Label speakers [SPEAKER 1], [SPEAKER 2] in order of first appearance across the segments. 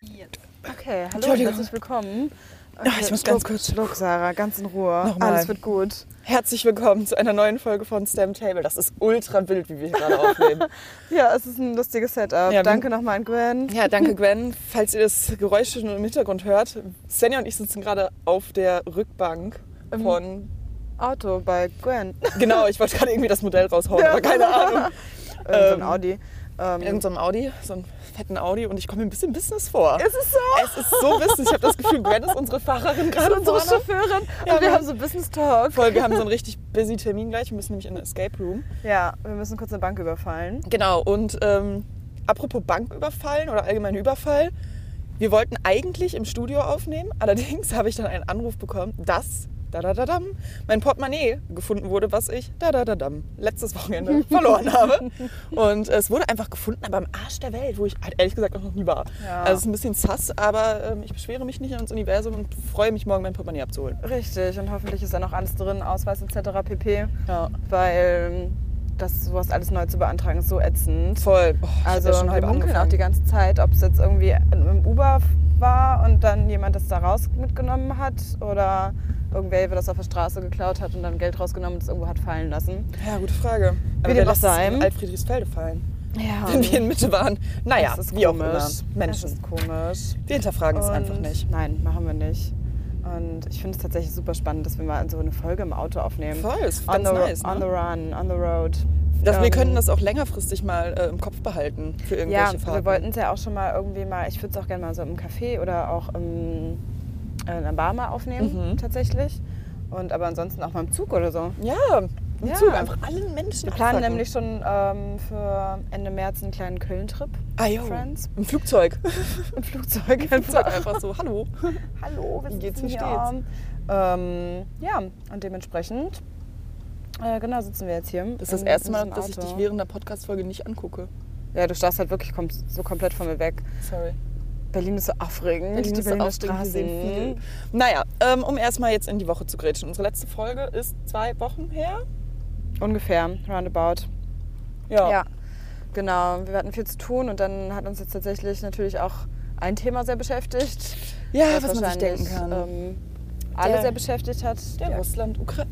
[SPEAKER 1] Jetzt.
[SPEAKER 2] Okay, hallo und
[SPEAKER 3] Entschuldigung.
[SPEAKER 2] herzlich willkommen.
[SPEAKER 3] Ah, ich
[SPEAKER 2] Okay,
[SPEAKER 3] muss ganz
[SPEAKER 2] schluck,
[SPEAKER 3] kurz-
[SPEAKER 2] Schluck, Sarah, ganz in Ruhe.
[SPEAKER 3] Nochmal.
[SPEAKER 2] Alles wird gut.
[SPEAKER 3] Herzlich willkommen zu einer neuen Folge von Stem Table. Das ist ultra wild, wie wir hier gerade aufnehmen.
[SPEAKER 2] Ja, es ist ein lustiges Setup.
[SPEAKER 3] Ja,
[SPEAKER 2] Danke nochmal an Gwen.
[SPEAKER 3] Ja, danke Gwen. Falls ihr das Geräusch schon im Hintergrund hört, Svenja und ich sitzen gerade auf der Rückbank von...
[SPEAKER 2] Auto bei Gwen. Äh,
[SPEAKER 3] Genau, ich wollte gerade irgendwie das Modell raushauen,
[SPEAKER 2] Ja.
[SPEAKER 3] aber keine Ahnung.
[SPEAKER 2] Irgend so ein
[SPEAKER 3] Ähm,
[SPEAKER 2] Audi. Ähm,
[SPEAKER 3] Irgend so ein Audi, so einen fetten Audi und ich komme mir ein bisschen Business vor.
[SPEAKER 2] ist es so?
[SPEAKER 3] Es ist so Business. Ich habe das Gefühl, Gwen ist unsere Fahrerin gerade
[SPEAKER 2] Unsere
[SPEAKER 3] vorne.
[SPEAKER 2] Chauffeurin.
[SPEAKER 3] Ja,
[SPEAKER 2] und wir
[SPEAKER 3] Mann.
[SPEAKER 2] haben so Business Talk.
[SPEAKER 3] Voll, wir haben so einen richtig busy Termin gleich. Wir müssen nämlich in den Escape Room.
[SPEAKER 2] Ja, wir müssen kurz eine Bank überfallen.
[SPEAKER 3] Genau, und ähm, apropos Banküberfallen oder allgemein Überfall. Wir wollten eigentlich im Studio aufnehmen, allerdings habe ich dann einen Anruf bekommen, dass da da da dam, mein Portemonnaie gefunden wurde, was ich da da da dam letztes Wochenende verloren habe. Und es wurde einfach gefunden, aber am Arsch der Welt, wo ich halt ehrlich gesagt auch noch nie war.
[SPEAKER 2] Ja.
[SPEAKER 3] Also es ist ein bisschen sass, aber ähm, ich beschwere mich nicht ans Universum und freue mich morgen mein Portemonnaie abzuholen.
[SPEAKER 2] Richtig, und hoffentlich ist da noch alles drin, Ausweis etc. pp.
[SPEAKER 3] Ja.
[SPEAKER 2] Weil ähm, das sowas alles neu zu beantragen ist so ätzend.
[SPEAKER 3] Voll. Oh, ich hab
[SPEAKER 2] Also
[SPEAKER 3] ja schon
[SPEAKER 2] wir
[SPEAKER 3] halb
[SPEAKER 2] munkeln auch
[SPEAKER 3] angefangen.
[SPEAKER 2] die ganze Zeit, ob es jetzt irgendwie im Uber war und dann jemand das da raus mitgenommen hat oder irgendwer das auf der Straße geklaut hat und dann Geld rausgenommen und es irgendwo hat fallen lassen.
[SPEAKER 3] Ja, gute Frage.
[SPEAKER 2] dem
[SPEAKER 3] wer
[SPEAKER 2] auch
[SPEAKER 3] lässt es
[SPEAKER 2] sei.
[SPEAKER 3] in Altfriedrichsfelde fallen.
[SPEAKER 2] Ja.
[SPEAKER 3] wenn wir in Mitte waren. Naja,
[SPEAKER 2] das ist
[SPEAKER 3] wie auch
[SPEAKER 2] komisch.
[SPEAKER 3] immer.
[SPEAKER 2] Das ist
[SPEAKER 3] Menschen.
[SPEAKER 2] komisch.
[SPEAKER 3] Wir hinterfragen es einfach
[SPEAKER 2] Und-
[SPEAKER 3] nicht.
[SPEAKER 2] Nein, machen wir nicht. Und ich finde es tatsächlich super spannend, dass wir mal so eine Folge im Auto aufnehmen.
[SPEAKER 3] Voll, ist
[SPEAKER 2] on,
[SPEAKER 3] ganz
[SPEAKER 2] the,
[SPEAKER 3] nice.
[SPEAKER 2] on the
[SPEAKER 3] Ne?
[SPEAKER 2] run, on the road.
[SPEAKER 3] Dass wir
[SPEAKER 2] Ähm,
[SPEAKER 3] könnten das auch längerfristig mal äh, im Kopf behalten für
[SPEAKER 2] Ja,
[SPEAKER 3] irgendwelche
[SPEAKER 2] wir
[SPEAKER 3] Fahrten.
[SPEAKER 2] wollten es ja auch schon mal irgendwie mal, ich würde es auch gerne mal so im Café oder auch im, äh, in der Bar mal aufnehmen,
[SPEAKER 3] Mhm.
[SPEAKER 2] tatsächlich. Und aber ansonsten auch mal im Zug oder so.
[SPEAKER 3] ja, im
[SPEAKER 2] Ja.
[SPEAKER 3] Zug einfach allen Menschen.
[SPEAKER 2] Wir planen
[SPEAKER 3] absacken.
[SPEAKER 2] nämlich schon ähm, für Ende März einen kleinen Köln-Trip.
[SPEAKER 3] ah, jo.
[SPEAKER 2] Friends.
[SPEAKER 3] im Flugzeug.
[SPEAKER 2] Im Flugzeug
[SPEAKER 3] Im Flugzeug
[SPEAKER 2] einfach.
[SPEAKER 3] einfach so, hallo.
[SPEAKER 2] Hallo, wir
[SPEAKER 3] Wie geht's,
[SPEAKER 2] sitzen
[SPEAKER 3] wie
[SPEAKER 2] hier. Ähm, ja, und dementsprechend, äh, genau, sitzen wir jetzt hier.
[SPEAKER 3] Das ist das
[SPEAKER 2] in
[SPEAKER 3] erste Mal,
[SPEAKER 2] diesem
[SPEAKER 3] dass ich
[SPEAKER 2] Auto.
[SPEAKER 3] dich während der Podcast-Folge nicht angucke.
[SPEAKER 2] Ja, du starrst halt wirklich kom so komplett von mir weg.
[SPEAKER 3] Sorry.
[SPEAKER 2] Berlin ist so aufregend.
[SPEAKER 3] Berlin
[SPEAKER 2] die
[SPEAKER 3] ist so
[SPEAKER 2] Berliner
[SPEAKER 3] aufregend, wir sehen
[SPEAKER 2] Straßen.
[SPEAKER 3] viel. Naja, ähm, um erstmal jetzt in die Woche zu grätschen. Unsere letzte Folge ist zwei Wochen her.
[SPEAKER 2] Ungefähr, roundabout. Ja, genau. Wir hatten viel zu tun und dann hat uns jetzt tatsächlich natürlich auch ein Thema sehr beschäftigt.
[SPEAKER 3] ja was man sich denken
[SPEAKER 2] wahrscheinlich,
[SPEAKER 3] kann.
[SPEAKER 2] Ähm, alle
[SPEAKER 3] Der-
[SPEAKER 2] sehr beschäftigt hat.
[SPEAKER 3] Der
[SPEAKER 2] Ja,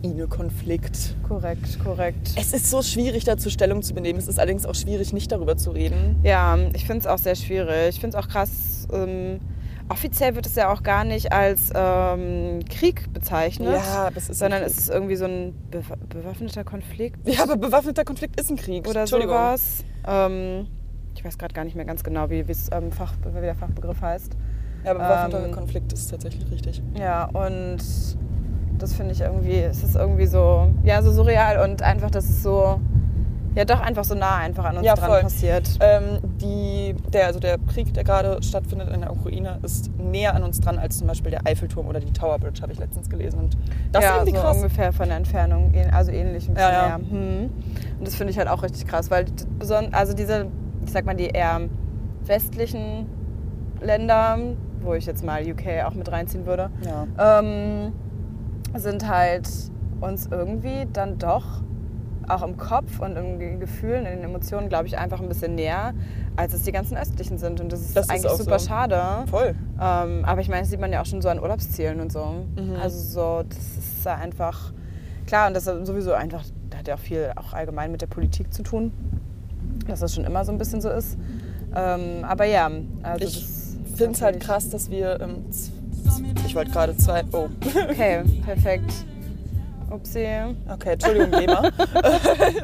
[SPEAKER 3] Russland-Ukraine-Konflikt.
[SPEAKER 2] korrekt, korrekt.
[SPEAKER 3] Es ist so schwierig, dazu Stellung zu benehmen. Es ist allerdings auch schwierig, nicht darüber zu reden.
[SPEAKER 2] Ja, ich finde es auch sehr schwierig. Ich finde es auch krass. Ähm, offiziell wird es ja auch gar nicht als ähm, Krieg bezeichnet,
[SPEAKER 3] das ist
[SPEAKER 2] sondern
[SPEAKER 3] ein
[SPEAKER 2] es
[SPEAKER 3] Krieg.
[SPEAKER 2] ist irgendwie so ein bewa- bewaffneter Konflikt
[SPEAKER 3] Ja, aber bewaffneter Konflikt ist ein Krieg.
[SPEAKER 2] oder
[SPEAKER 3] Entschuldigung.
[SPEAKER 2] sowas. Ähm, ich weiß gerade gar nicht mehr ganz genau, wie, wie's, ähm, Fach, wie der Fachbegriff heißt.
[SPEAKER 3] Ja, aber bewaffneter
[SPEAKER 2] Ähm,
[SPEAKER 3] Konflikt ist tatsächlich richtig.
[SPEAKER 2] Ja, und das finde ich irgendwie, es ist irgendwie so, ja, so surreal und einfach, dass es so, ja doch einfach so nah einfach an uns
[SPEAKER 3] Ja,
[SPEAKER 2] dran
[SPEAKER 3] voll.
[SPEAKER 2] passiert.
[SPEAKER 3] Ähm, die, der, also der Krieg, der gerade stattfindet in der Ukraine, ist näher an uns dran als zum Beispiel der Eiffelturm oder die Tower Bridge, habe ich letztens gelesen. Und das
[SPEAKER 2] ja,
[SPEAKER 3] ist irgendwie
[SPEAKER 2] so
[SPEAKER 3] krass.
[SPEAKER 2] ungefähr von der Entfernung, ähn- also ähnlich ein bisschen
[SPEAKER 3] Ja, ja.
[SPEAKER 2] mehr. Hm. Und das finde ich halt auch richtig krass, weil d- beson- also diese, ich sag mal, die eher westlichen Länder, wo ich jetzt mal UK auch mit reinziehen würde,
[SPEAKER 3] Ja.
[SPEAKER 2] ähm, sind halt uns irgendwie dann doch auch im Kopf und in den Gefühlen, in den Emotionen, glaube ich, einfach ein bisschen näher, als es die ganzen Östlichen sind. Und das ist
[SPEAKER 3] Das ist
[SPEAKER 2] eigentlich
[SPEAKER 3] auch
[SPEAKER 2] super
[SPEAKER 3] so.
[SPEAKER 2] schade.
[SPEAKER 3] Voll.
[SPEAKER 2] Ähm, aber ich meine, das sieht man ja auch schon so an Urlaubszielen und so.
[SPEAKER 3] Mhm.
[SPEAKER 2] Also so, das ist ja einfach klar und das ist sowieso einfach, da hat ja auch viel auch allgemein mit der Politik zu tun, dass das schon immer so ein bisschen so ist. Ähm, aber ja, also
[SPEAKER 3] Ich
[SPEAKER 2] das
[SPEAKER 3] Ich finde es halt krass, dass wir. Ähm, z- z- ich wollte gerade zwei. Oh.
[SPEAKER 2] Okay, perfekt. Upsi.
[SPEAKER 3] Okay, Entschuldigung, GEMA.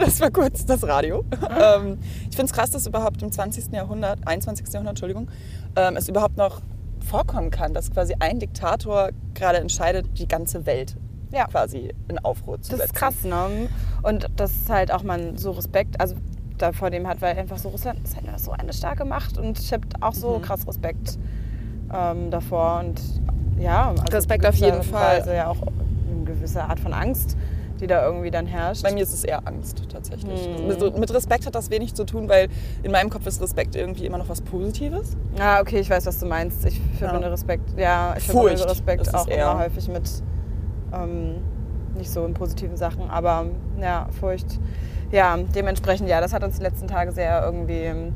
[SPEAKER 3] das war kurz das Radio. Ähm, ich finde es krass, dass überhaupt im 20. Jahrhundert, 21. Jahrhundert, Entschuldigung, ähm, es überhaupt noch vorkommen kann, dass quasi ein Diktator gerade entscheidet, die ganze Welt
[SPEAKER 2] Ja.
[SPEAKER 3] quasi in Aufruhr zu
[SPEAKER 2] Das
[SPEAKER 3] setzen.
[SPEAKER 2] ist krass, ne? Und das ist halt auch man so Respekt, also da vor dem hat, weil einfach so Russland ist halt so eine starke Macht und ich habe auch so
[SPEAKER 3] Mhm.
[SPEAKER 2] krass Respekt ähm, davor und ja, also
[SPEAKER 3] Respekt auf jeden Fall.
[SPEAKER 2] Also ja auch eine gewisse Art von Angst, die da irgendwie dann herrscht.
[SPEAKER 3] Bei mir ist es eher Angst tatsächlich.
[SPEAKER 2] Mhm.
[SPEAKER 3] Also mit Respekt hat das wenig zu tun, weil in meinem Kopf ist Respekt irgendwie immer noch was Positives.
[SPEAKER 2] Ah, okay, ich weiß, was du meinst. Ich verbinde
[SPEAKER 3] Ja.
[SPEAKER 2] Respekt, ja, ich verbinde
[SPEAKER 3] Furcht, das
[SPEAKER 2] Respekt
[SPEAKER 3] ist
[SPEAKER 2] auch
[SPEAKER 3] eher-
[SPEAKER 2] immer häufig mit ähm, nicht so in positiven Sachen, aber ja, Furcht. Ja, dementsprechend, ja, das hat uns die letzten Tage sehr irgendwie ähm,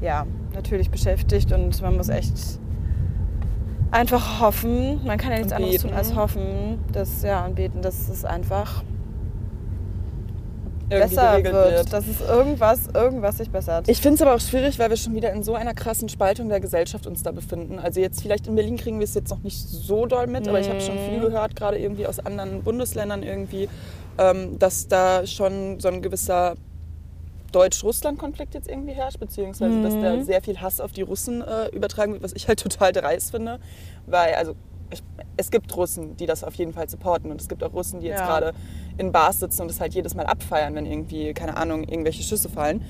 [SPEAKER 2] ja, natürlich beschäftigt und man muss echt einfach hoffen. Man kann ja nichts
[SPEAKER 3] Und
[SPEAKER 2] anderes tun
[SPEAKER 3] beten.
[SPEAKER 2] als hoffen, dass ja und beten, dass es einfach
[SPEAKER 3] irgendwie
[SPEAKER 2] besser
[SPEAKER 3] geregelt
[SPEAKER 2] wird, dass es irgendwas, irgendwas sich bessert.
[SPEAKER 3] Ich finde es aber auch schwierig, weil wir schon wieder in so einer krassen Spaltung der Gesellschaft uns da befinden. Also jetzt vielleicht in Berlin kriegen wir es jetzt noch nicht so doll mit, aber ich habe schon viel gehört, gerade irgendwie aus anderen Bundesländern irgendwie, ähm, dass da schon so ein gewisser Deutsch-Russland-Konflikt jetzt irgendwie herrscht, beziehungsweise dass da sehr viel Hass auf die Russen äh, übertragen wird, was ich halt total dreist finde, weil also ich, es gibt Russen, die das auf jeden Fall supporten und es gibt auch Russen, die jetzt
[SPEAKER 2] Ja.
[SPEAKER 3] gerade in Bars sitzen und es halt jedes Mal abfeiern, wenn irgendwie, keine Ahnung, irgendwelche Schüsse fallen.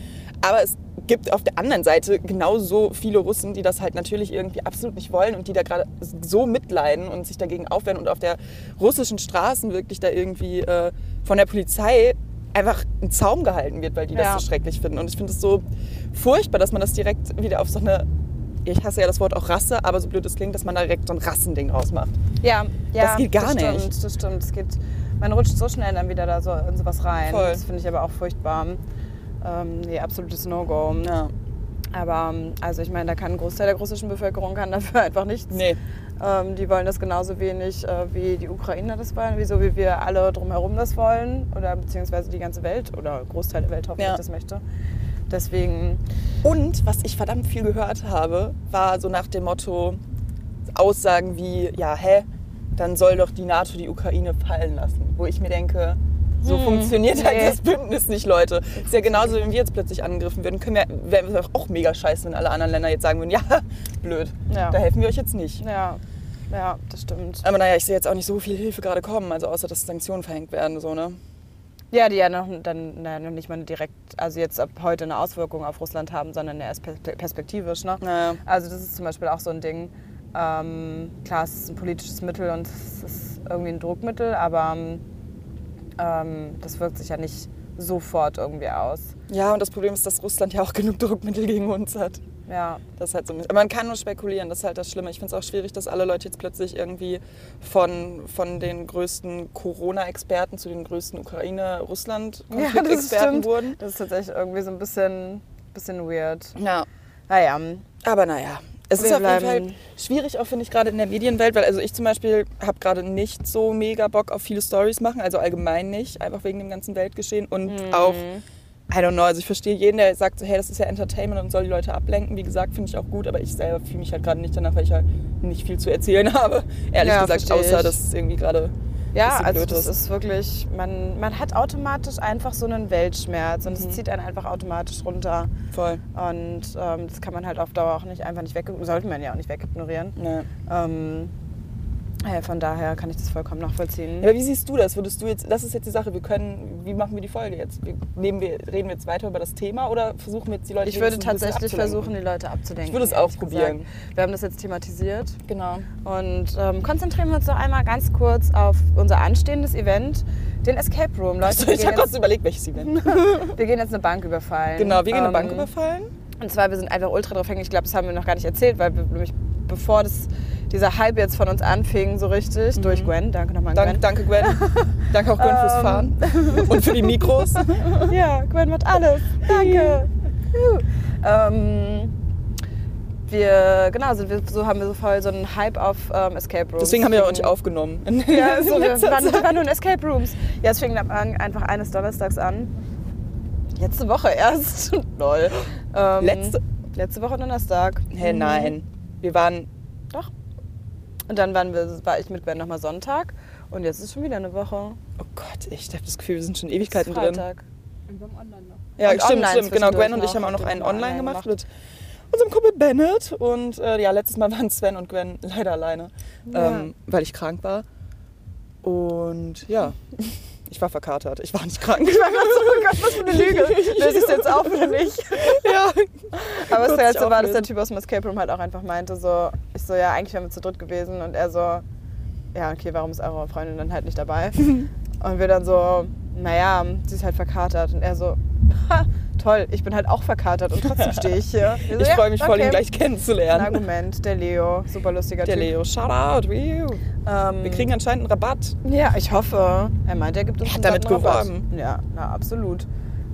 [SPEAKER 3] Aber es gibt auf der anderen Seite genauso viele Russen, die das halt natürlich irgendwie absolut nicht wollen und die da gerade so mitleiden und sich dagegen aufwehren und auf der russischen Straßen wirklich da irgendwie äh, von der Polizei einfach ein Zaum gehalten wird, weil die
[SPEAKER 2] Ja.
[SPEAKER 3] das so schrecklich finden. Und ich finde es so furchtbar, dass man das direkt wieder auf so eine, ich hasse ja das Wort auch Rasse, aber so blöd es klingt, dass man da direkt so ein Rassending rausmacht.
[SPEAKER 2] ja, ja,
[SPEAKER 3] Das geht gar
[SPEAKER 2] das stimmt,
[SPEAKER 3] nicht.
[SPEAKER 2] Das stimmt, das geht. Man rutscht so schnell dann wieder da so in sowas rein.
[SPEAKER 3] Voll.
[SPEAKER 2] Das finde ich aber auch furchtbar. Ähm, nee, absolutes No-Go.
[SPEAKER 3] Ja.
[SPEAKER 2] Aber ähm, also ich meine, da kann ein Großteil der russischen Bevölkerung kann dafür einfach nichts.
[SPEAKER 3] Nee.
[SPEAKER 2] Ähm, die wollen das genauso wenig äh, wie die Ukrainer das wollen, wieso wie wir alle drumherum das wollen oder beziehungsweise die ganze Welt oder Großteil der Welt hoffentlich
[SPEAKER 3] Ja.
[SPEAKER 2] das möchte. Deswegen
[SPEAKER 3] Und was ich verdammt viel gehört habe, war so nach dem Motto Aussagen wie, ja, hä, dann soll doch die NATO die Ukraine fallen lassen. Wo ich mir denke, so
[SPEAKER 2] Hm,
[SPEAKER 3] funktioniert
[SPEAKER 2] nee.
[SPEAKER 3] halt das Bündnis nicht, Leute. Ist ja genauso, wenn wir jetzt plötzlich angegriffen würden, können wir, wären wir doch auch mega scheiße, wenn alle anderen Länder jetzt sagen würden, ja, blöd,
[SPEAKER 2] Ja.
[SPEAKER 3] da helfen wir euch jetzt nicht.
[SPEAKER 2] ja, ja, das stimmt.
[SPEAKER 3] Aber naja, ich sehe jetzt auch nicht so viel Hilfe gerade kommen, also außer, dass Sanktionen verhängt werden, so, ne?
[SPEAKER 2] Ja, die ja noch, dann naja, noch nicht mal direkt, also jetzt ab heute eine Auswirkung auf Russland haben, sondern erst perspe- perspektivisch. Ne?
[SPEAKER 3] Naja.
[SPEAKER 2] Also das ist zum Beispiel auch so ein Ding. Ähm, klar, es ist ein politisches Mittel und es ist irgendwie ein Druckmittel, aber ähm, das wirkt sich ja nicht sofort irgendwie aus.
[SPEAKER 3] Ja, und das Problem ist, dass Russland ja auch genug Druckmittel gegen uns hat.
[SPEAKER 2] Ja,
[SPEAKER 3] Das ist halt so ein bisschen- aber man kann nur spekulieren, das ist halt das Schlimme. Ich finde es auch schwierig, dass alle Leute jetzt plötzlich irgendwie von, von den größten Corona-Experten zu den größten Ukraine-Russland-Konfliktexperten wurden.
[SPEAKER 2] Das ist tatsächlich irgendwie so ein bisschen, bisschen weird.
[SPEAKER 3] Ja.
[SPEAKER 2] Naja,
[SPEAKER 3] Aber naja, es
[SPEAKER 2] Wir
[SPEAKER 3] ist auf jeden
[SPEAKER 2] bleiben-
[SPEAKER 3] Fall schwierig, auch finde ich gerade in der Medienwelt, weil also ich zum Beispiel habe gerade nicht so mega Bock auf viele Stories machen, also allgemein nicht, einfach wegen dem ganzen Weltgeschehen und
[SPEAKER 2] Mhm.
[SPEAKER 3] auch, I don't know, also ich verstehe jeden, der sagt so, hey, das ist ja Entertainment und soll die Leute ablenken, wie gesagt, finde ich auch gut, aber ich selber fühle mich halt gerade nicht danach, weil ich halt nicht viel zu erzählen habe, ehrlich
[SPEAKER 2] Ja,
[SPEAKER 3] gesagt,
[SPEAKER 2] verstehe
[SPEAKER 3] außer
[SPEAKER 2] ich.
[SPEAKER 3] dass es irgendwie gerade
[SPEAKER 2] ja,
[SPEAKER 3] bisschen
[SPEAKER 2] also
[SPEAKER 3] blöd
[SPEAKER 2] das
[SPEAKER 3] ist.
[SPEAKER 2] ist wirklich, man, man hat automatisch einfach so einen Weltschmerz und
[SPEAKER 3] Mhm.
[SPEAKER 2] es zieht einen einfach automatisch runter.
[SPEAKER 3] voll,
[SPEAKER 2] Und ähm, das kann man halt auf Dauer auch nicht einfach nicht weg, sollte man ja auch nicht wegignorieren.
[SPEAKER 3] ne.
[SPEAKER 2] Ähm, ja, von daher kann ich das vollkommen nachvollziehen.
[SPEAKER 3] Ja, Aber wie siehst du das? Würdest du jetzt, das ist jetzt die Sache, wir können, wie machen wir die Folge jetzt? Wir, nehmen wir, reden wir jetzt weiter über das Thema oder versuchen wir jetzt die Leute
[SPEAKER 2] Ich würde
[SPEAKER 3] wenigstens ein bisschen
[SPEAKER 2] tatsächlich
[SPEAKER 3] abzulenken?
[SPEAKER 2] versuchen, die Leute abzudenken.
[SPEAKER 3] Ich würde es auch
[SPEAKER 2] ehrlich
[SPEAKER 3] probieren.
[SPEAKER 2] gesagt. Wir haben das jetzt thematisiert.
[SPEAKER 3] Genau.
[SPEAKER 2] Und ähm, konzentrieren wir uns noch einmal ganz kurz auf unser anstehendes Event, den Escape Room. Leute,
[SPEAKER 3] Also
[SPEAKER 2] wir,
[SPEAKER 3] ich
[SPEAKER 2] gehen
[SPEAKER 3] habe kurz
[SPEAKER 2] jetzt,
[SPEAKER 3] überlegt, welches Event.
[SPEAKER 2] wir gehen jetzt eine Bank überfallen.
[SPEAKER 3] Genau, wir gehen eine
[SPEAKER 2] Ähm,
[SPEAKER 3] Bank überfallen.
[SPEAKER 2] Und zwar, wir sind einfach ultra drauf hängen. Ich glaube, das haben wir noch gar nicht erzählt, weil wir nämlich, bevor das, dieser Hype jetzt von uns anfing, so richtig, durch Gwen, danke nochmal an
[SPEAKER 3] Dank, Mhm. danke Gwen. danke auch Gwen fürs
[SPEAKER 2] Ähm.
[SPEAKER 3] Fahren und für die Mikros.
[SPEAKER 2] Gwen. Ja, Gwen macht alles. Danke. Juhu. ähm, wir, genau, sind wir, so haben wir so voll so einen Hype auf ähm, Escape Rooms.
[SPEAKER 3] Deswegen haben wir auch nicht aufgenommen.
[SPEAKER 2] Ja, so,
[SPEAKER 3] In
[SPEAKER 2] wir
[SPEAKER 3] letzter
[SPEAKER 2] waren,
[SPEAKER 3] Zeit.
[SPEAKER 2] wir waren nur in Escape Rooms. Ja, es fing dann an, einfach eines Donnerstags an. Letzte Woche erst. Lol. Ähm,
[SPEAKER 3] Letzte-
[SPEAKER 2] letzte Woche Donnerstag.
[SPEAKER 3] Hä, nein. Wir waren,
[SPEAKER 2] Doch. Und dann waren wir, war ich mit Gwen nochmal Sonntag. Und jetzt ist schon wieder eine Woche.
[SPEAKER 3] oh Gott, ich habe das Gefühl, wir sind schon
[SPEAKER 2] Ist
[SPEAKER 3] Ewigkeiten drin.
[SPEAKER 2] Freitag.
[SPEAKER 3] Ja,
[SPEAKER 2] Und
[SPEAKER 3] stimmt,
[SPEAKER 2] online
[SPEAKER 3] stimmt. Genau,
[SPEAKER 2] zwischendurch
[SPEAKER 3] Gwen und ich haben auch noch
[SPEAKER 2] noch,
[SPEAKER 3] einen
[SPEAKER 2] haben wir
[SPEAKER 3] online
[SPEAKER 2] online
[SPEAKER 3] gemacht mit unserem Kumpel Bennett. Und äh, ja, letztes Mal waren Sven und Gwen leider alleine,
[SPEAKER 2] Ja.
[SPEAKER 3] ähm, weil ich krank war. Und ja, ich war verkatert. Ich war nicht krank.
[SPEAKER 2] Ich war gerade so, oh Gott, was für eine Lüge. Löse ich es jetzt auf oder nicht?
[SPEAKER 3] ja.
[SPEAKER 2] Aber das
[SPEAKER 3] Kurz
[SPEAKER 2] Geilste war, dass
[SPEAKER 3] auflösen.
[SPEAKER 2] der Typ aus dem Escape Room halt auch einfach meinte, so, ich so, ja, eigentlich wären wir zu dritt gewesen. Und er so, ja, okay, warum ist eure Freundin dann halt nicht dabei? und wir dann so, naja, sie ist halt verkatert. Und er so, ha, toll, ich bin halt auch verkatert und trotzdem stehe ich hier. Wir so,
[SPEAKER 3] Ich
[SPEAKER 2] ja,
[SPEAKER 3] freue mich voll, ihn
[SPEAKER 2] okay.
[SPEAKER 3] gleich
[SPEAKER 2] Ein
[SPEAKER 3] kennenzulernen.
[SPEAKER 2] Argument, der Leo, super lustiger
[SPEAKER 3] Der
[SPEAKER 2] Typ.
[SPEAKER 3] Leo, shout out. Woo.
[SPEAKER 2] Ähm,
[SPEAKER 3] Wir kriegen anscheinend einen Rabatt.
[SPEAKER 2] ja, ich hoffe. Er meint, er gibt uns
[SPEAKER 3] Er hat
[SPEAKER 2] einen
[SPEAKER 3] damit
[SPEAKER 2] satten Rabatt.
[SPEAKER 3] geworben.
[SPEAKER 2] Ja, na, absolut.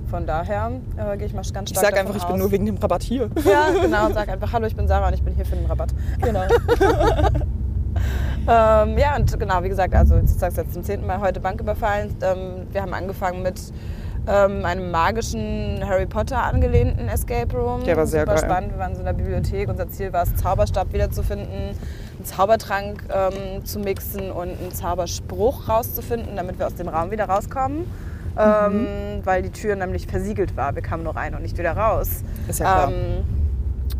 [SPEAKER 2] Von daher äh, gehe ich mal ganz stark
[SPEAKER 3] Ich sag
[SPEAKER 2] davon
[SPEAKER 3] einfach, ich bin
[SPEAKER 2] aus.
[SPEAKER 3] nur wegen dem Rabatt hier.
[SPEAKER 2] Ja, genau. Sag einfach, hallo, ich bin Sarah und ich bin hier für den Rabatt.
[SPEAKER 3] Genau.
[SPEAKER 2] Ähm, ja, und genau, wie gesagt, also ich sag's jetzt zum zehnten Mal heute Bank überfallen. Ähm, wir haben angefangen mit ähm, einem magischen Harry Potter angelehnten Escape Room.
[SPEAKER 3] Der war sehr
[SPEAKER 2] Super
[SPEAKER 3] geil.
[SPEAKER 2] spannend. Wir waren so in der Bibliothek. Unser Ziel war es, Zauberstab wiederzufinden, einen Zaubertrank ähm, zu mixen und einen Zauberspruch rauszufinden, damit wir aus dem Raum wieder rauskommen.
[SPEAKER 3] Mhm.
[SPEAKER 2] Ähm, Weil die Tür nämlich versiegelt war. Wir kamen nur rein und nicht wieder raus.
[SPEAKER 3] Ist ja klar.
[SPEAKER 2] Ähm,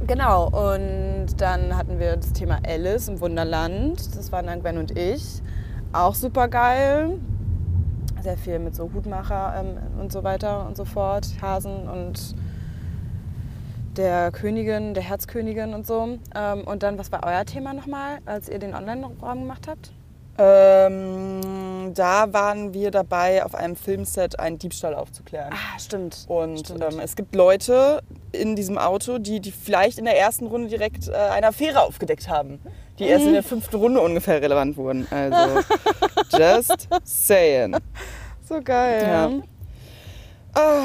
[SPEAKER 2] Genau, und dann hatten wir das Thema Alice im Wunderland. Das waren dann Gwen und ich. Auch super geil. Sehr viel mit so Hutmacher ähm, und so weiter und so fort. Hasen und der Königin, der Herzkönigin und so. Ähm, und dann, was war euer Thema nochmal, als ihr den Online-Raum gemacht habt?
[SPEAKER 3] Ähm, da waren wir dabei, auf einem Filmset einen Diebstahl aufzuklären.
[SPEAKER 2] Ah, stimmt.
[SPEAKER 3] Und
[SPEAKER 2] stimmt.
[SPEAKER 3] ähm, es gibt Leute in diesem Auto, die, die vielleicht in der ersten Runde direkt äh, eine Affäre aufgedeckt haben, die erst in der fünften Runde ungefähr relevant wurden. Also, just saying.
[SPEAKER 2] so geil.
[SPEAKER 3] Ja. Ah,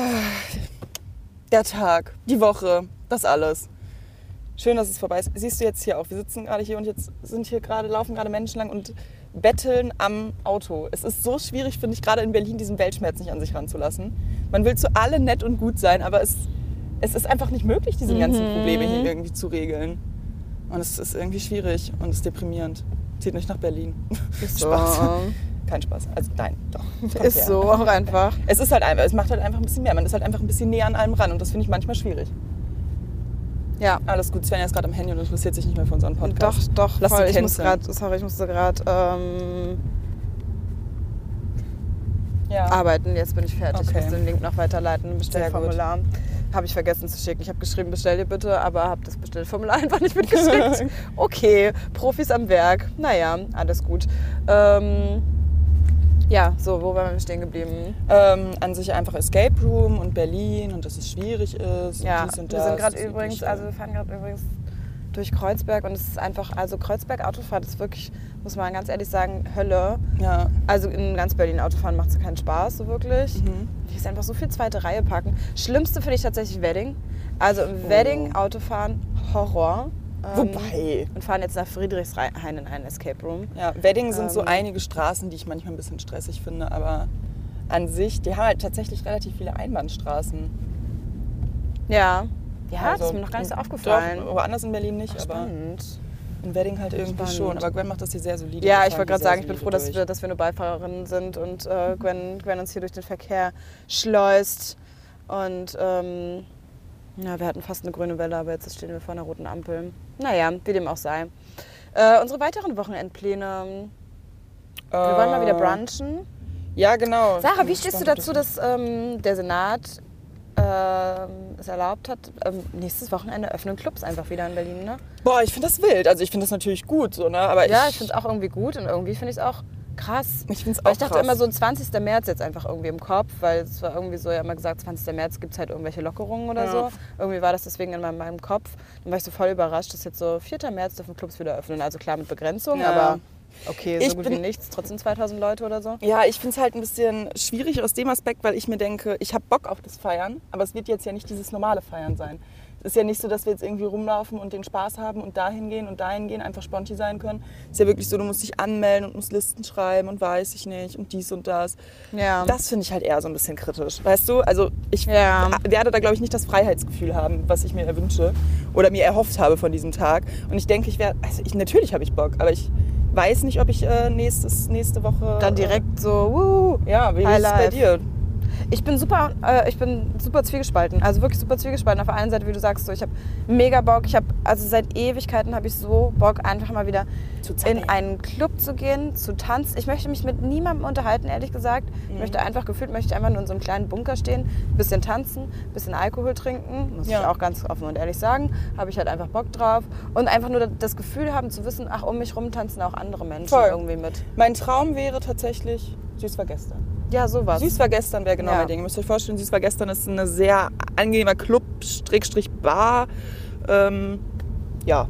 [SPEAKER 3] der Tag, die Woche, das alles. Schön, dass es vorbei ist. Siehst du jetzt hier auch, wir sitzen gerade hier und jetzt sind hier gerade, laufen gerade Menschen lang und betteln am Auto. Es ist so schwierig, finde ich, gerade in Berlin diesen Weltschmerz nicht an sich ranzulassen. Man will zu allen nett und gut sein, aber es, es ist einfach nicht möglich, diese
[SPEAKER 2] Mhm.
[SPEAKER 3] ganzen Probleme hier irgendwie zu regeln. Und es ist irgendwie schwierig und es ist deprimierend. Zieht nicht nach Berlin.
[SPEAKER 2] Ist
[SPEAKER 3] Spaß.
[SPEAKER 2] so.
[SPEAKER 3] Kein Spaß. Also nein, doch. Kommt her.
[SPEAKER 2] Ist so auch einfach.
[SPEAKER 3] Es ist halt einfach, es macht halt einfach ein bisschen mehr. Man ist halt einfach ein bisschen näher an allem ran und das finde ich manchmal schwierig.
[SPEAKER 2] Ja.
[SPEAKER 3] Alles gut, Sven ist gerade am Handy und interessiert sich nicht mehr für unseren
[SPEAKER 2] Doch,
[SPEAKER 3] Podcast.
[SPEAKER 2] doch,
[SPEAKER 3] Lass
[SPEAKER 2] voll.
[SPEAKER 3] die
[SPEAKER 2] Ich muss
[SPEAKER 3] canceln.
[SPEAKER 2] grad, sorry, ich musste gerade ähm,
[SPEAKER 3] Ja.
[SPEAKER 2] arbeiten. Jetzt bin ich fertig. Ich
[SPEAKER 3] Okay.
[SPEAKER 2] muss den Link noch weiterleiten. ein Bestellformular habe ich vergessen zu schicken. Ich habe geschrieben, bestell dir bitte, aber habe das Bestellformular einfach nicht mitgeschickt. okay, Profis am Werk. Naja, alles gut. Ähm, ja, so, wo waren wir stehen geblieben?
[SPEAKER 3] ähm, an sich einfach Escape Room und Berlin und dass es schwierig ist.
[SPEAKER 2] Ja,
[SPEAKER 3] und dies und
[SPEAKER 2] wir
[SPEAKER 3] das,
[SPEAKER 2] sind gerade
[SPEAKER 3] das
[SPEAKER 2] übrigens,
[SPEAKER 3] Übliche.
[SPEAKER 2] also wir fahren gerade übrigens durch Kreuzberg und es ist einfach, also Kreuzberg Autofahrt ist wirklich, muss man ganz ehrlich sagen, Hölle.
[SPEAKER 3] Ja,
[SPEAKER 2] Also in ganz Berlin Autofahren macht es keinen Spaß, so wirklich.
[SPEAKER 3] Mhm.
[SPEAKER 2] Hier ist einfach so viel zweite Reihe parken. Schlimmste finde ich tatsächlich Wedding. Also im Wedding Autofahren Horror. Ähm,
[SPEAKER 3] Oh. Wobei.
[SPEAKER 2] Und fahren jetzt nach Friedrichshain in einen Escape Room.
[SPEAKER 3] ja. Wedding sind so
[SPEAKER 2] Ähm.
[SPEAKER 3] einige Straßen, die ich manchmal ein bisschen stressig finde, aber an sich, die haben halt tatsächlich relativ viele Einbahnstraßen.
[SPEAKER 2] Ja. Ja,
[SPEAKER 3] Also,
[SPEAKER 2] das ist mir noch gar nicht so aufgefallen.
[SPEAKER 3] Doch, woanders in Berlin nicht,
[SPEAKER 2] Ach,
[SPEAKER 3] aber
[SPEAKER 2] spannend.
[SPEAKER 3] in Wedding halt irgendwie
[SPEAKER 2] Spannend.
[SPEAKER 3] schon. Aber Gwen macht das hier sehr solide.
[SPEAKER 2] Ja,
[SPEAKER 3] Wir
[SPEAKER 2] ich
[SPEAKER 3] fahren
[SPEAKER 2] wollte
[SPEAKER 3] hier
[SPEAKER 2] gerade
[SPEAKER 3] sehr
[SPEAKER 2] sagen, ich bin
[SPEAKER 3] solide
[SPEAKER 2] froh, dass
[SPEAKER 3] durch. Mhm.
[SPEAKER 2] wir, dass wir nur Beifahrerinnen sind und äh, Gwen, Gwen uns hier durch den Verkehr schleust. Und ähm, ja, wir hatten fast eine grüne Welle, aber jetzt stehen wir vor einer roten Ampel. Naja, wie dem auch sei. Äh, unsere weiteren Wochenendpläne. Wir wollen mal wieder
[SPEAKER 3] Äh,
[SPEAKER 2] brunchen.
[SPEAKER 3] Ja, genau.
[SPEAKER 2] Sarah, wie
[SPEAKER 3] Ich bin
[SPEAKER 2] stehst du
[SPEAKER 3] gespannt,
[SPEAKER 2] dazu,
[SPEAKER 3] ob das-
[SPEAKER 2] dass ähm, der Senat ähm, es erlaubt hat? Ähm, nächstes Wochenende öffnen Clubs einfach wieder in Berlin, ne?
[SPEAKER 3] Boah, ich finde das wild. Also ich finde das natürlich gut, so, ne? Aber
[SPEAKER 2] Ja, ich
[SPEAKER 3] ich,
[SPEAKER 2] finde es auch irgendwie gut und irgendwie finde ich es auch krass.
[SPEAKER 3] Ich find's
[SPEAKER 2] Weil
[SPEAKER 3] auch
[SPEAKER 2] ich dachte
[SPEAKER 3] krass.
[SPEAKER 2] immer so 20. März jetzt einfach irgendwie im Kopf, weil es war irgendwie so ja immer gesagt, 20. März gibt es halt irgendwelche Lockerungen oder
[SPEAKER 3] Ja.
[SPEAKER 2] so. Irgendwie war das deswegen in meinem, meinem Kopf. Dann war ich so voll überrascht, dass jetzt so 4. März dürfen Clubs wieder öffnen. Also klar mit Begrenzung,
[SPEAKER 3] Ja.
[SPEAKER 2] aber okay, so
[SPEAKER 3] Ich
[SPEAKER 2] gut wie
[SPEAKER 3] bin-
[SPEAKER 2] nichts. Trotzdem 2000 Leute oder so.
[SPEAKER 3] ja, ich finde es halt ein bisschen schwierig aus dem Aspekt, weil ich mir denke, ich habe Bock auf das Feiern, aber es wird jetzt ja nicht dieses normale Feiern sein. Es ist ja nicht so, dass wir jetzt irgendwie rumlaufen und den Spaß haben und dahin gehen und dahin gehen, einfach sponti sein können. Es ist ja wirklich so, du musst dich anmelden und musst Listen schreiben und weiß ich nicht und dies und das.
[SPEAKER 2] Ja.
[SPEAKER 3] Das finde ich halt eher so ein bisschen kritisch. Weißt du, also ich
[SPEAKER 2] Ja.
[SPEAKER 3] werde da, glaube ich, nicht das Freiheitsgefühl haben, was ich mir erwünsche oder mir erhofft habe von diesem Tag. Und ich denke, ich werde, also ich, natürlich habe ich Bock, aber ich weiß nicht, ob ich äh, nächstes, nächste Woche...
[SPEAKER 2] Dann direkt so, wuhu.
[SPEAKER 3] Äh, ja, wie ist
[SPEAKER 2] High
[SPEAKER 3] es bei
[SPEAKER 2] Life.
[SPEAKER 3] dir?
[SPEAKER 2] Ich bin super, äh, ich bin super zwiegespalten. Also wirklich super zwiegespalten. Auf der einen Seite, wie du sagst, so, ich habe mega Bock. Ich habe also seit Ewigkeiten habe ich so Bock, einfach mal wieder
[SPEAKER 3] Zu zappeln.
[SPEAKER 2] in einen Club zu gehen, zu tanzen. Ich möchte mich mit niemandem unterhalten, ehrlich gesagt. Ich möchte einfach gefühlt, möchte ich einfach nur in so einem kleinen Bunker stehen, bisschen tanzen, bisschen Alkohol trinken. Muss ich
[SPEAKER 3] Ja.
[SPEAKER 2] auch ganz offen und ehrlich sagen. Habe ich halt einfach Bock drauf und einfach nur das Gefühl haben zu wissen, ach um mich rum tanzen auch andere Menschen
[SPEAKER 3] Voll.
[SPEAKER 2] irgendwie mit.
[SPEAKER 3] Mein Traum wäre tatsächlich, süß war gestern.
[SPEAKER 2] Ja sowas.
[SPEAKER 3] Süß war gestern wäre genau
[SPEAKER 2] Ja.
[SPEAKER 3] mein Ding. Ihr müsst euch vorstellen, süß war gestern ist ein sehr angenehmer Club, Strickstrich Bar. Ähm, ja,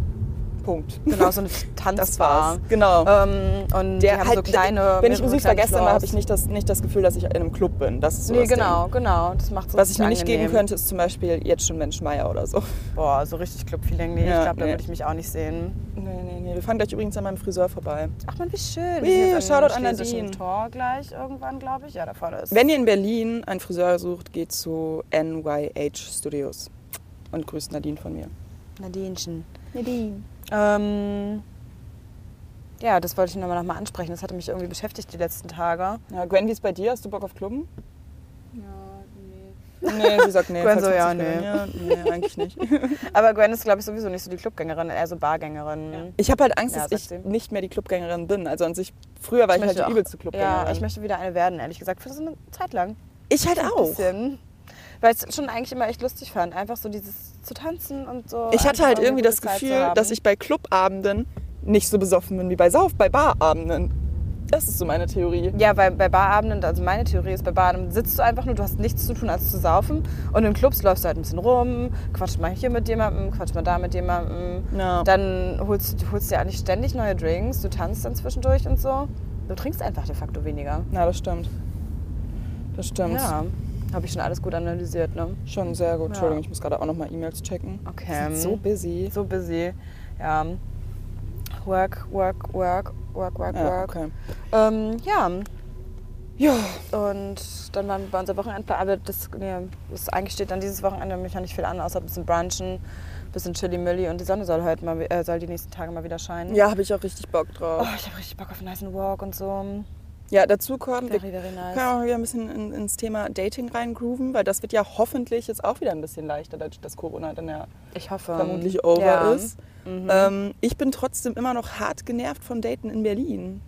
[SPEAKER 3] Punkt.
[SPEAKER 2] Genau, so eine
[SPEAKER 3] Das
[SPEAKER 2] Tanzbar.
[SPEAKER 3] war's. Genau.
[SPEAKER 2] Ähm, und der die haben so kleine.
[SPEAKER 3] halt wenn ich
[SPEAKER 2] mehrere
[SPEAKER 3] Musik
[SPEAKER 2] kleine
[SPEAKER 3] vergesse, dann
[SPEAKER 2] Floors.
[SPEAKER 3] habe ich nicht das, nicht das Gefühl, dass ich in einem Club bin. Das ist so
[SPEAKER 2] Nee,
[SPEAKER 3] das
[SPEAKER 2] genau, genau. Das macht
[SPEAKER 3] Ding.
[SPEAKER 2] so
[SPEAKER 3] Was ich mir
[SPEAKER 2] richtig
[SPEAKER 3] nicht geben
[SPEAKER 2] angenehm.
[SPEAKER 3] könnte, ist zum Beispiel jetzt schon Mensch Meier oder so.
[SPEAKER 2] Boah, so richtig Club-Feeling. Nee,
[SPEAKER 3] Ja,
[SPEAKER 2] ich glaube, da
[SPEAKER 3] nee.
[SPEAKER 2] würde ich mich auch nicht sehen.
[SPEAKER 3] Nee, nee, nee. Wir fahren gleich übrigens an meinem Friseur vorbei.
[SPEAKER 2] Ach man, wie schön.
[SPEAKER 3] Ui,
[SPEAKER 2] Wir sind
[SPEAKER 3] Shoutout
[SPEAKER 2] am
[SPEAKER 3] an
[SPEAKER 2] Schlesischen
[SPEAKER 3] Nadine.
[SPEAKER 2] Tor gleich irgendwann, glaube ich. Ja, da vorne ist.
[SPEAKER 3] Wenn ihr in Berlin einen Friseur sucht, geht zu NYH Studios und grüßt Nadine von mir.
[SPEAKER 2] Nadinechen. Nadine. Ähm, ja, das wollte ich nochmal noch mal ansprechen. Das hatte mich irgendwie beschäftigt die letzten Tage.
[SPEAKER 3] Ja, Gwen, wie ist bei dir? Hast du Bock auf Klubben?
[SPEAKER 1] Ja, nee.
[SPEAKER 3] Nee, sie sagt nee.
[SPEAKER 2] Gwen so,
[SPEAKER 3] falls
[SPEAKER 2] ja,
[SPEAKER 3] sie zuhören.
[SPEAKER 2] nee.
[SPEAKER 3] ja, nee. eigentlich nicht.
[SPEAKER 2] Aber Gwen ist, glaube ich, sowieso nicht so die Clubgängerin, eher so Bargängerin.
[SPEAKER 3] Ich habe halt Angst,
[SPEAKER 2] Ja,
[SPEAKER 3] dass ich
[SPEAKER 2] sagt sie.
[SPEAKER 3] nicht mehr die Clubgängerin bin. Also an sich, früher war ich, halt
[SPEAKER 2] möchte
[SPEAKER 3] die
[SPEAKER 2] auch-
[SPEAKER 3] übelste Clubgängerin.
[SPEAKER 2] Ja, ich möchte wieder eine werden, ehrlich gesagt. Für so eine Zeit lang.
[SPEAKER 3] ich halt
[SPEAKER 2] Ein
[SPEAKER 3] auch.
[SPEAKER 2] bisschen. Weil ich es schon eigentlich immer echt lustig fand. Einfach so dieses zu tanzen und so.
[SPEAKER 3] Ich hatte
[SPEAKER 2] einfach
[SPEAKER 3] halt
[SPEAKER 2] eine
[SPEAKER 3] irgendwie
[SPEAKER 2] Oh, gute
[SPEAKER 3] das
[SPEAKER 2] Zeit zu
[SPEAKER 3] Gefühl,
[SPEAKER 2] haben.
[SPEAKER 3] dass ich bei Clubabenden nicht so besoffen bin wie bei Sauf, bei Barabenden. Das ist so meine Theorie.
[SPEAKER 2] Ja, weil bei Barabenden, also meine Theorie ist, bei Barabenden sitzt du einfach nur, du hast nichts zu tun, als zu saufen. Und in Clubs läufst du halt ein bisschen rum, quatscht mal hier mit jemandem, quatscht mal da mit jemandem.
[SPEAKER 3] Ja.
[SPEAKER 2] Dann holst du holst dir eigentlich ständig neue Drinks, du tanzt dann zwischendurch und so. Du trinkst einfach de facto weniger.
[SPEAKER 3] Na, das stimmt. Das stimmt.
[SPEAKER 2] Ja, habe ich schon alles gut analysiert, ne?
[SPEAKER 3] Schon sehr gut.
[SPEAKER 2] Ja.
[SPEAKER 3] Entschuldigung, ich muss gerade auch nochmal E-Mails checken.
[SPEAKER 2] Okay.
[SPEAKER 3] Wir sind so busy.
[SPEAKER 2] So busy. Ja. Work, work, work, work, work,
[SPEAKER 3] Ja,
[SPEAKER 2] work.
[SPEAKER 3] okay.
[SPEAKER 2] Ähm, ja,
[SPEAKER 3] Ja,
[SPEAKER 2] und dann waren wir bei unserer Wochenendplan. Aber das, nee, das eigentlich steht dann dieses Wochenende mich ja nicht viel an, außer ein bisschen brunchen, ein bisschen Chili-Milli und die Sonne soll heute mal, wi- äh, soll die nächsten Tage mal wieder scheinen.
[SPEAKER 3] ja habe ich auch richtig Bock
[SPEAKER 2] Oh,
[SPEAKER 3] drauf.
[SPEAKER 2] ich habe richtig Bock auf einen nice Walk und so.
[SPEAKER 3] Ja, dazu kommt, wir
[SPEAKER 2] Very, very nice.
[SPEAKER 3] können auch wieder ein bisschen in, ins Thema Dating reingrooven, weil das wird ja hoffentlich jetzt auch wieder ein bisschen leichter, dadurch, dass Corona dann ja
[SPEAKER 2] Ich hoffe.
[SPEAKER 3] vermutlich over
[SPEAKER 2] ja.
[SPEAKER 3] ist.
[SPEAKER 2] Mhm.
[SPEAKER 3] Ähm, ich bin trotzdem immer noch hart genervt von Daten in Berlin.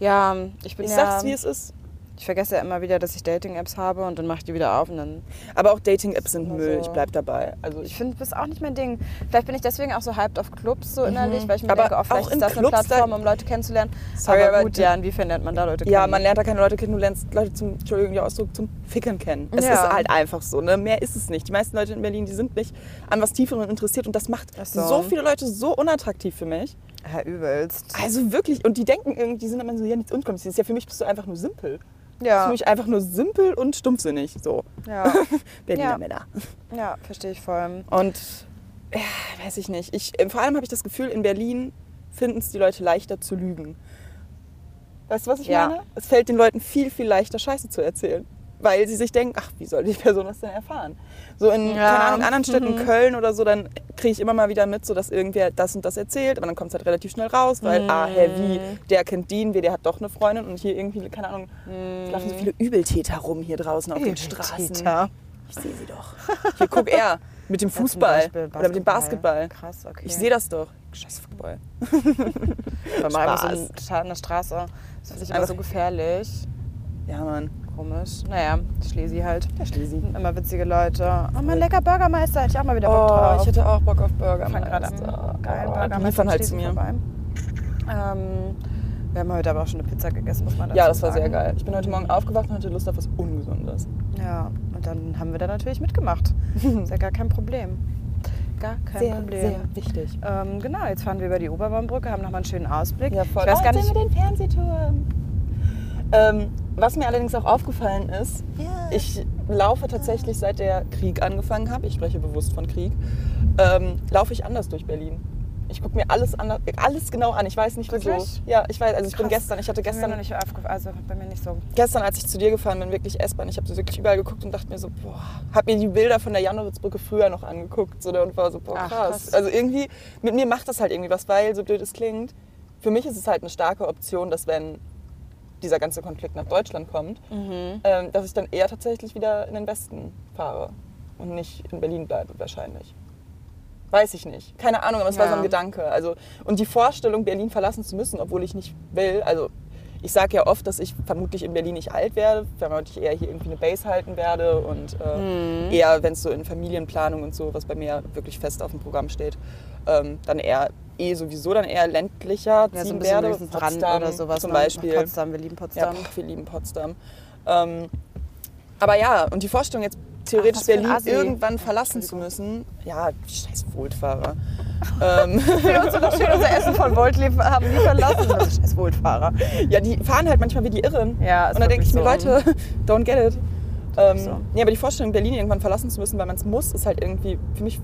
[SPEAKER 2] Ja, ich bin
[SPEAKER 3] Ich
[SPEAKER 2] ja,
[SPEAKER 3] sag's, wie es ist.
[SPEAKER 2] Ich vergesse ja immer wieder, dass ich Dating-Apps habe und dann mache ich die wieder auf und dann
[SPEAKER 3] Aber auch Dating-Apps sind
[SPEAKER 2] Ist immer
[SPEAKER 3] Müll.
[SPEAKER 2] so.
[SPEAKER 3] Ich bleib dabei. Also
[SPEAKER 2] Also Ich
[SPEAKER 3] ich,
[SPEAKER 2] finde, das ist auch nicht mein Ding. Vielleicht bin ich deswegen auch so hyped auf Clubs so innerlich, weil ich mir
[SPEAKER 3] Aber
[SPEAKER 2] denke, oh, vielleicht
[SPEAKER 3] auch in
[SPEAKER 2] ist das
[SPEAKER 3] Clubs,
[SPEAKER 2] eine Plattform,
[SPEAKER 3] da-
[SPEAKER 2] um Leute kennenzulernen.
[SPEAKER 3] Sorry,
[SPEAKER 2] aber
[SPEAKER 3] aber
[SPEAKER 2] gut,
[SPEAKER 3] die-
[SPEAKER 2] ja, inwiefern lernt man da Leute kennen?
[SPEAKER 3] ja, man lernt da keine Leute kennen, du lernst Leute zum, Entschuldigung, der Ausdruck, zum Ficken kennen. Es
[SPEAKER 2] Ja.
[SPEAKER 3] ist halt einfach so, ne? Mehr ist es nicht. Die meisten Leute in Berlin, die sind nicht an was Tieferem interessiert und das macht
[SPEAKER 2] Ach
[SPEAKER 3] so.
[SPEAKER 2] so.
[SPEAKER 3] viele Leute so unattraktiv für mich.
[SPEAKER 2] ja, übelst.
[SPEAKER 3] Also wirklich, und die denken irgendwie, die sind immer so, ja, nichts Unkompliziertes. Ja, für mich bist du einfach nur simpel. Du bist für
[SPEAKER 2] Ja,
[SPEAKER 3] mich einfach nur simpel und stumpfsinnig, so.
[SPEAKER 2] ja,
[SPEAKER 3] Berliner
[SPEAKER 2] Ja.
[SPEAKER 3] Männer.
[SPEAKER 2] ja verstehe ich voll.
[SPEAKER 3] Und ja, weiß ich nicht. Ich, äh, vor allem habe ich das Gefühl, in Berlin finden es die Leute leichter zu lügen. Weißt du, was ich
[SPEAKER 2] Ja.
[SPEAKER 3] meine? Es fällt den Leuten viel, viel leichter, Scheiße zu erzählen. Weil sie sich denken, ach, wie soll die Person das denn erfahren? So in,
[SPEAKER 2] Ja. Mhm.
[SPEAKER 3] keine Ahnung, anderen Städten, Köln oder so, dann kriege ich immer mal wieder mit, so dass irgendwer das und das erzählt, aber dann kommt es halt relativ schnell raus, weil, ah, hä, wie,
[SPEAKER 2] Mhm.
[SPEAKER 3] der kennt den, wie, der hat doch eine Freundin und hier irgendwie, keine Ahnung,
[SPEAKER 2] Mhm.
[SPEAKER 3] es laufen so viele Übeltäter rum hier draußen auf den Straßen.
[SPEAKER 2] Täter.
[SPEAKER 3] Ich sehe sie doch. Hier, guck er mit dem
[SPEAKER 2] Ja, zum
[SPEAKER 3] Fußball
[SPEAKER 2] Beispiel
[SPEAKER 3] oder mit dem Basketball.
[SPEAKER 2] Krass, okay.
[SPEAKER 3] Ich sehe das doch. Scheiß Fußball.
[SPEAKER 2] das. Bei so
[SPEAKER 3] Spaß.
[SPEAKER 2] in Stra- in der Straße. Das finde ich immer
[SPEAKER 3] Einfach-
[SPEAKER 2] so gefährlich.
[SPEAKER 3] Ja, Mann.
[SPEAKER 2] Komisch. Naja, Schlesi halt.
[SPEAKER 3] Der Schlesi.
[SPEAKER 2] Immer witzige Leute. Oh, mein lecker Burgermeister. Hätte ich auch mal wieder Bock
[SPEAKER 3] Oh,
[SPEAKER 2] drauf.
[SPEAKER 3] ich hätte auch Bock auf Burger.
[SPEAKER 2] Wir fahren gerade
[SPEAKER 3] Mann.
[SPEAKER 2] am
[SPEAKER 3] Oh,
[SPEAKER 2] geilen
[SPEAKER 3] die
[SPEAKER 2] Burger.
[SPEAKER 3] liefern halt zu mir.
[SPEAKER 2] Ähm, wir haben heute aber auch schon eine Pizza gegessen, muss man dazu
[SPEAKER 3] Ja, das war sehr
[SPEAKER 2] sagen.
[SPEAKER 3] geil. Ich bin heute Morgen aufgewacht und hatte Lust auf was Ungesundes.
[SPEAKER 2] Ja, und dann haben wir da natürlich mitgemacht. Ist ja gar kein Problem. Gar kein Problem.
[SPEAKER 3] wichtig.
[SPEAKER 2] Ähm, genau, jetzt fahren wir über die Oberbaumbrücke, haben nochmal einen schönen Ausblick.
[SPEAKER 3] Ja, voll.
[SPEAKER 2] Ich weiß
[SPEAKER 3] Oh,
[SPEAKER 2] gar
[SPEAKER 3] jetzt
[SPEAKER 2] nicht.
[SPEAKER 3] sehen wir den Fernsehturm. Ähm, was mir allerdings auch aufgefallen ist, ich laufe tatsächlich seit der Krieg angefangen habe, ich spreche bewusst von Krieg, ähm, laufe ich anders durch Berlin. Ich gucke mir alles, anders, alles genau an. Ich weiß nicht wieso.
[SPEAKER 2] Wirklich?
[SPEAKER 3] Ja, ich weiß. Also ich bin
[SPEAKER 2] Krass.
[SPEAKER 3] gestern, ich hatte
[SPEAKER 2] Ist mir
[SPEAKER 3] gestern
[SPEAKER 2] noch nicht aufgefallen, also bei mir nicht so.
[SPEAKER 3] gestern, als ich zu dir gefahren bin, wirklich S-Bahn, ich habe so wirklich überall geguckt und dachte mir so, boah, habe mir die Bilder von der Janowitz-Brücke früher noch angeguckt so, ne, und war so, boah, krass.
[SPEAKER 2] Ach, krass.
[SPEAKER 3] Also irgendwie, mit mir macht das halt irgendwie was, weil, so blöd es klingt, für mich ist es halt eine starke Option, dass wenn dieser ganze Konflikt nach Deutschland kommt,
[SPEAKER 2] Mhm.
[SPEAKER 3] ähm, dass ich dann eher tatsächlich wieder in den Westen fahre und nicht in Berlin bleibe wahrscheinlich. Weiß ich nicht. Keine Ahnung, aber es war
[SPEAKER 2] Ja.
[SPEAKER 3] so ein Gedanke. Also, und die Vorstellung, Berlin verlassen zu müssen, obwohl ich nicht will, also ich sage ja oft, dass ich vermutlich in Berlin nicht alt werde, vermutlich eher hier irgendwie eine Base halten werde und äh,
[SPEAKER 2] Mhm.
[SPEAKER 3] eher, wenn es so in Familienplanung und so, was bei mir wirklich fest auf dem Programm steht, ähm, dann eher eh sowieso dann eher ländlicher
[SPEAKER 2] Ja, so ein
[SPEAKER 3] ziehen
[SPEAKER 2] bisschen
[SPEAKER 3] werde.
[SPEAKER 2] wenigstens dran
[SPEAKER 3] Potsdam
[SPEAKER 2] oder sowas.
[SPEAKER 3] Zum
[SPEAKER 2] ne? Nach
[SPEAKER 3] Beispiel.
[SPEAKER 2] Potsdam, wir lieben
[SPEAKER 3] Ja,
[SPEAKER 2] Potsdam.
[SPEAKER 3] pff, wir lieben Potsdam. Ähm, aber ja, und die Vorstellung jetzt theoretisch
[SPEAKER 2] Ach, was für ein
[SPEAKER 3] Berlin
[SPEAKER 2] Assi.
[SPEAKER 3] irgendwann verlassen zu müssen. Ja, scheiß Wohlfahrer. ähm,
[SPEAKER 2] Wir uns noch schön unser Essen von Volt lief, haben liefern lassen. Das ist scheiß Wohlfahrer.
[SPEAKER 3] ja, die fahren halt manchmal wie die Irren.
[SPEAKER 2] Ja, ist
[SPEAKER 3] Und dann denke
[SPEAKER 2] wirklich
[SPEAKER 3] ich mir,
[SPEAKER 2] so.
[SPEAKER 3] Leute, don't get it. Ähm,
[SPEAKER 2] wirklich so.
[SPEAKER 3] Ja, aber die Vorstellung, Berlin irgendwann verlassen zu müssen, weil man es muss, ist halt irgendwie für mich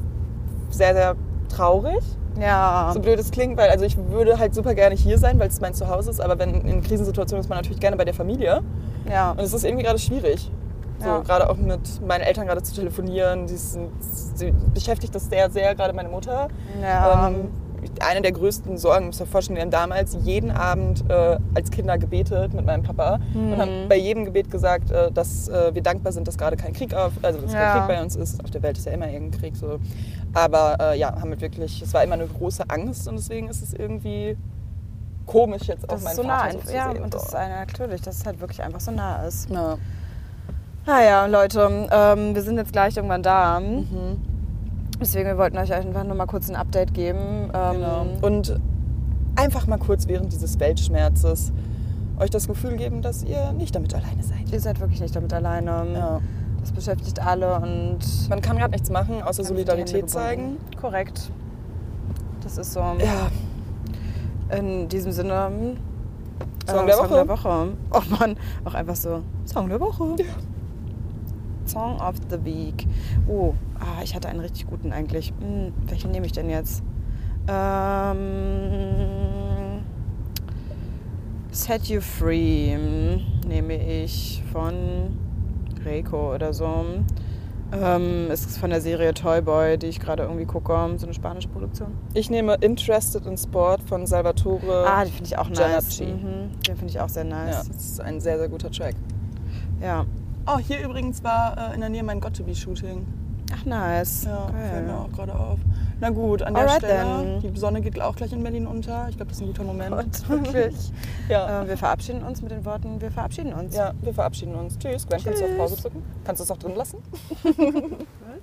[SPEAKER 3] sehr, sehr traurig.
[SPEAKER 2] Ja.
[SPEAKER 3] So blöd es klingt, weil also ich würde halt super gerne hier sein, weil es mein Zuhause ist, aber wenn in Krisensituationen ist man natürlich gerne bei der Familie.
[SPEAKER 2] ja.
[SPEAKER 3] Und es ist irgendwie gerade schwierig. So,
[SPEAKER 2] Ja.
[SPEAKER 3] gerade auch mit meinen Eltern gerade zu telefonieren. Die sind, sie beschäftigt das sehr, sehr, gerade meine Mutter.
[SPEAKER 2] Ja.
[SPEAKER 3] Ähm, eine der größten Sorgen, muss ich mir vorstellen, wir haben damals jeden Abend äh, als Kinder gebetet mit meinem Papa und
[SPEAKER 2] Mhm.
[SPEAKER 3] haben bei jedem Gebet gesagt, äh, dass äh, wir dankbar sind, dass gerade kein Krieg auf, also dass
[SPEAKER 2] Ja.
[SPEAKER 3] kein Krieg bei uns ist. Auf der Welt ist ja immer irgendein Krieg so. Aber äh, ja, haben wir wirklich, es war immer eine große Angst und deswegen ist es irgendwie komisch jetzt auch
[SPEAKER 2] das
[SPEAKER 3] mein
[SPEAKER 2] ist so nah.
[SPEAKER 3] Vater so
[SPEAKER 2] einfach.
[SPEAKER 3] zu
[SPEAKER 2] ja,
[SPEAKER 3] sehen.
[SPEAKER 2] und das ist einer, natürlich, dass es halt wirklich einfach so nah ist.
[SPEAKER 3] ja.
[SPEAKER 2] Naja, Leute, ähm, wir sind jetzt gleich irgendwann da.
[SPEAKER 3] Mhm.
[SPEAKER 2] Deswegen, wir wollten euch einfach nur mal kurz ein Update geben. Ähm,
[SPEAKER 3] Genau. Und einfach mal kurz während dieses Weltschmerzes euch das Gefühl geben, dass ihr nicht damit alleine seid.
[SPEAKER 2] ihr seid wirklich nicht damit alleine.
[SPEAKER 3] Ja.
[SPEAKER 2] Das beschäftigt alle und.
[SPEAKER 3] Man kann gerade nichts machen, außer
[SPEAKER 2] Ganz die Hände
[SPEAKER 3] Solidarität zeigen.
[SPEAKER 2] gebunden. Korrekt. Das ist so.
[SPEAKER 3] Ja,
[SPEAKER 2] In diesem Sinne. ähm,
[SPEAKER 3] Song der
[SPEAKER 2] Song
[SPEAKER 3] Woche.
[SPEAKER 2] der Woche. Oh Mann, auch einfach so. Song der Woche. Song of the Week. Oh, ah, ich hatte einen richtig guten eigentlich. Hm, welchen nehme ich denn jetzt? Ähm, Set You Free hm, nehme ich von Reiko oder so. Ähm, ist von der Serie Toyboy, die ich gerade irgendwie gucke. So eine spanische Produktion.
[SPEAKER 3] ich nehme Interested in Sport von Salvatore.
[SPEAKER 2] Ah, die finde ich auch nice.
[SPEAKER 3] Giannacci.
[SPEAKER 2] Mhm, den finde ich auch sehr
[SPEAKER 3] ja,
[SPEAKER 2] nice.
[SPEAKER 3] das ist ein sehr, sehr guter Track.
[SPEAKER 2] Ja.
[SPEAKER 3] Oh, hier übrigens war äh, in der Nähe mein Got-to-be-Shooting.
[SPEAKER 2] Ach, nice.
[SPEAKER 3] Ja, genau. fällt mir
[SPEAKER 2] Geil.
[SPEAKER 3] auch gerade auf. Na gut, an der
[SPEAKER 2] Alright
[SPEAKER 3] Stelle.
[SPEAKER 2] then.
[SPEAKER 3] Die Sonne geht auch gleich in Berlin unter. Ich glaube, das ist ein guter Moment. Ähm,
[SPEAKER 2] Gott, wirklich.
[SPEAKER 3] Ja.
[SPEAKER 2] äh, wir verabschieden uns mit den Worten, wir verabschieden uns.
[SPEAKER 3] ja, wir verabschieden uns. Tschüss. Gwen, kannst du auf
[SPEAKER 2] Tschüss.
[SPEAKER 3] Pause drücken? Kannst du es auch drin lassen?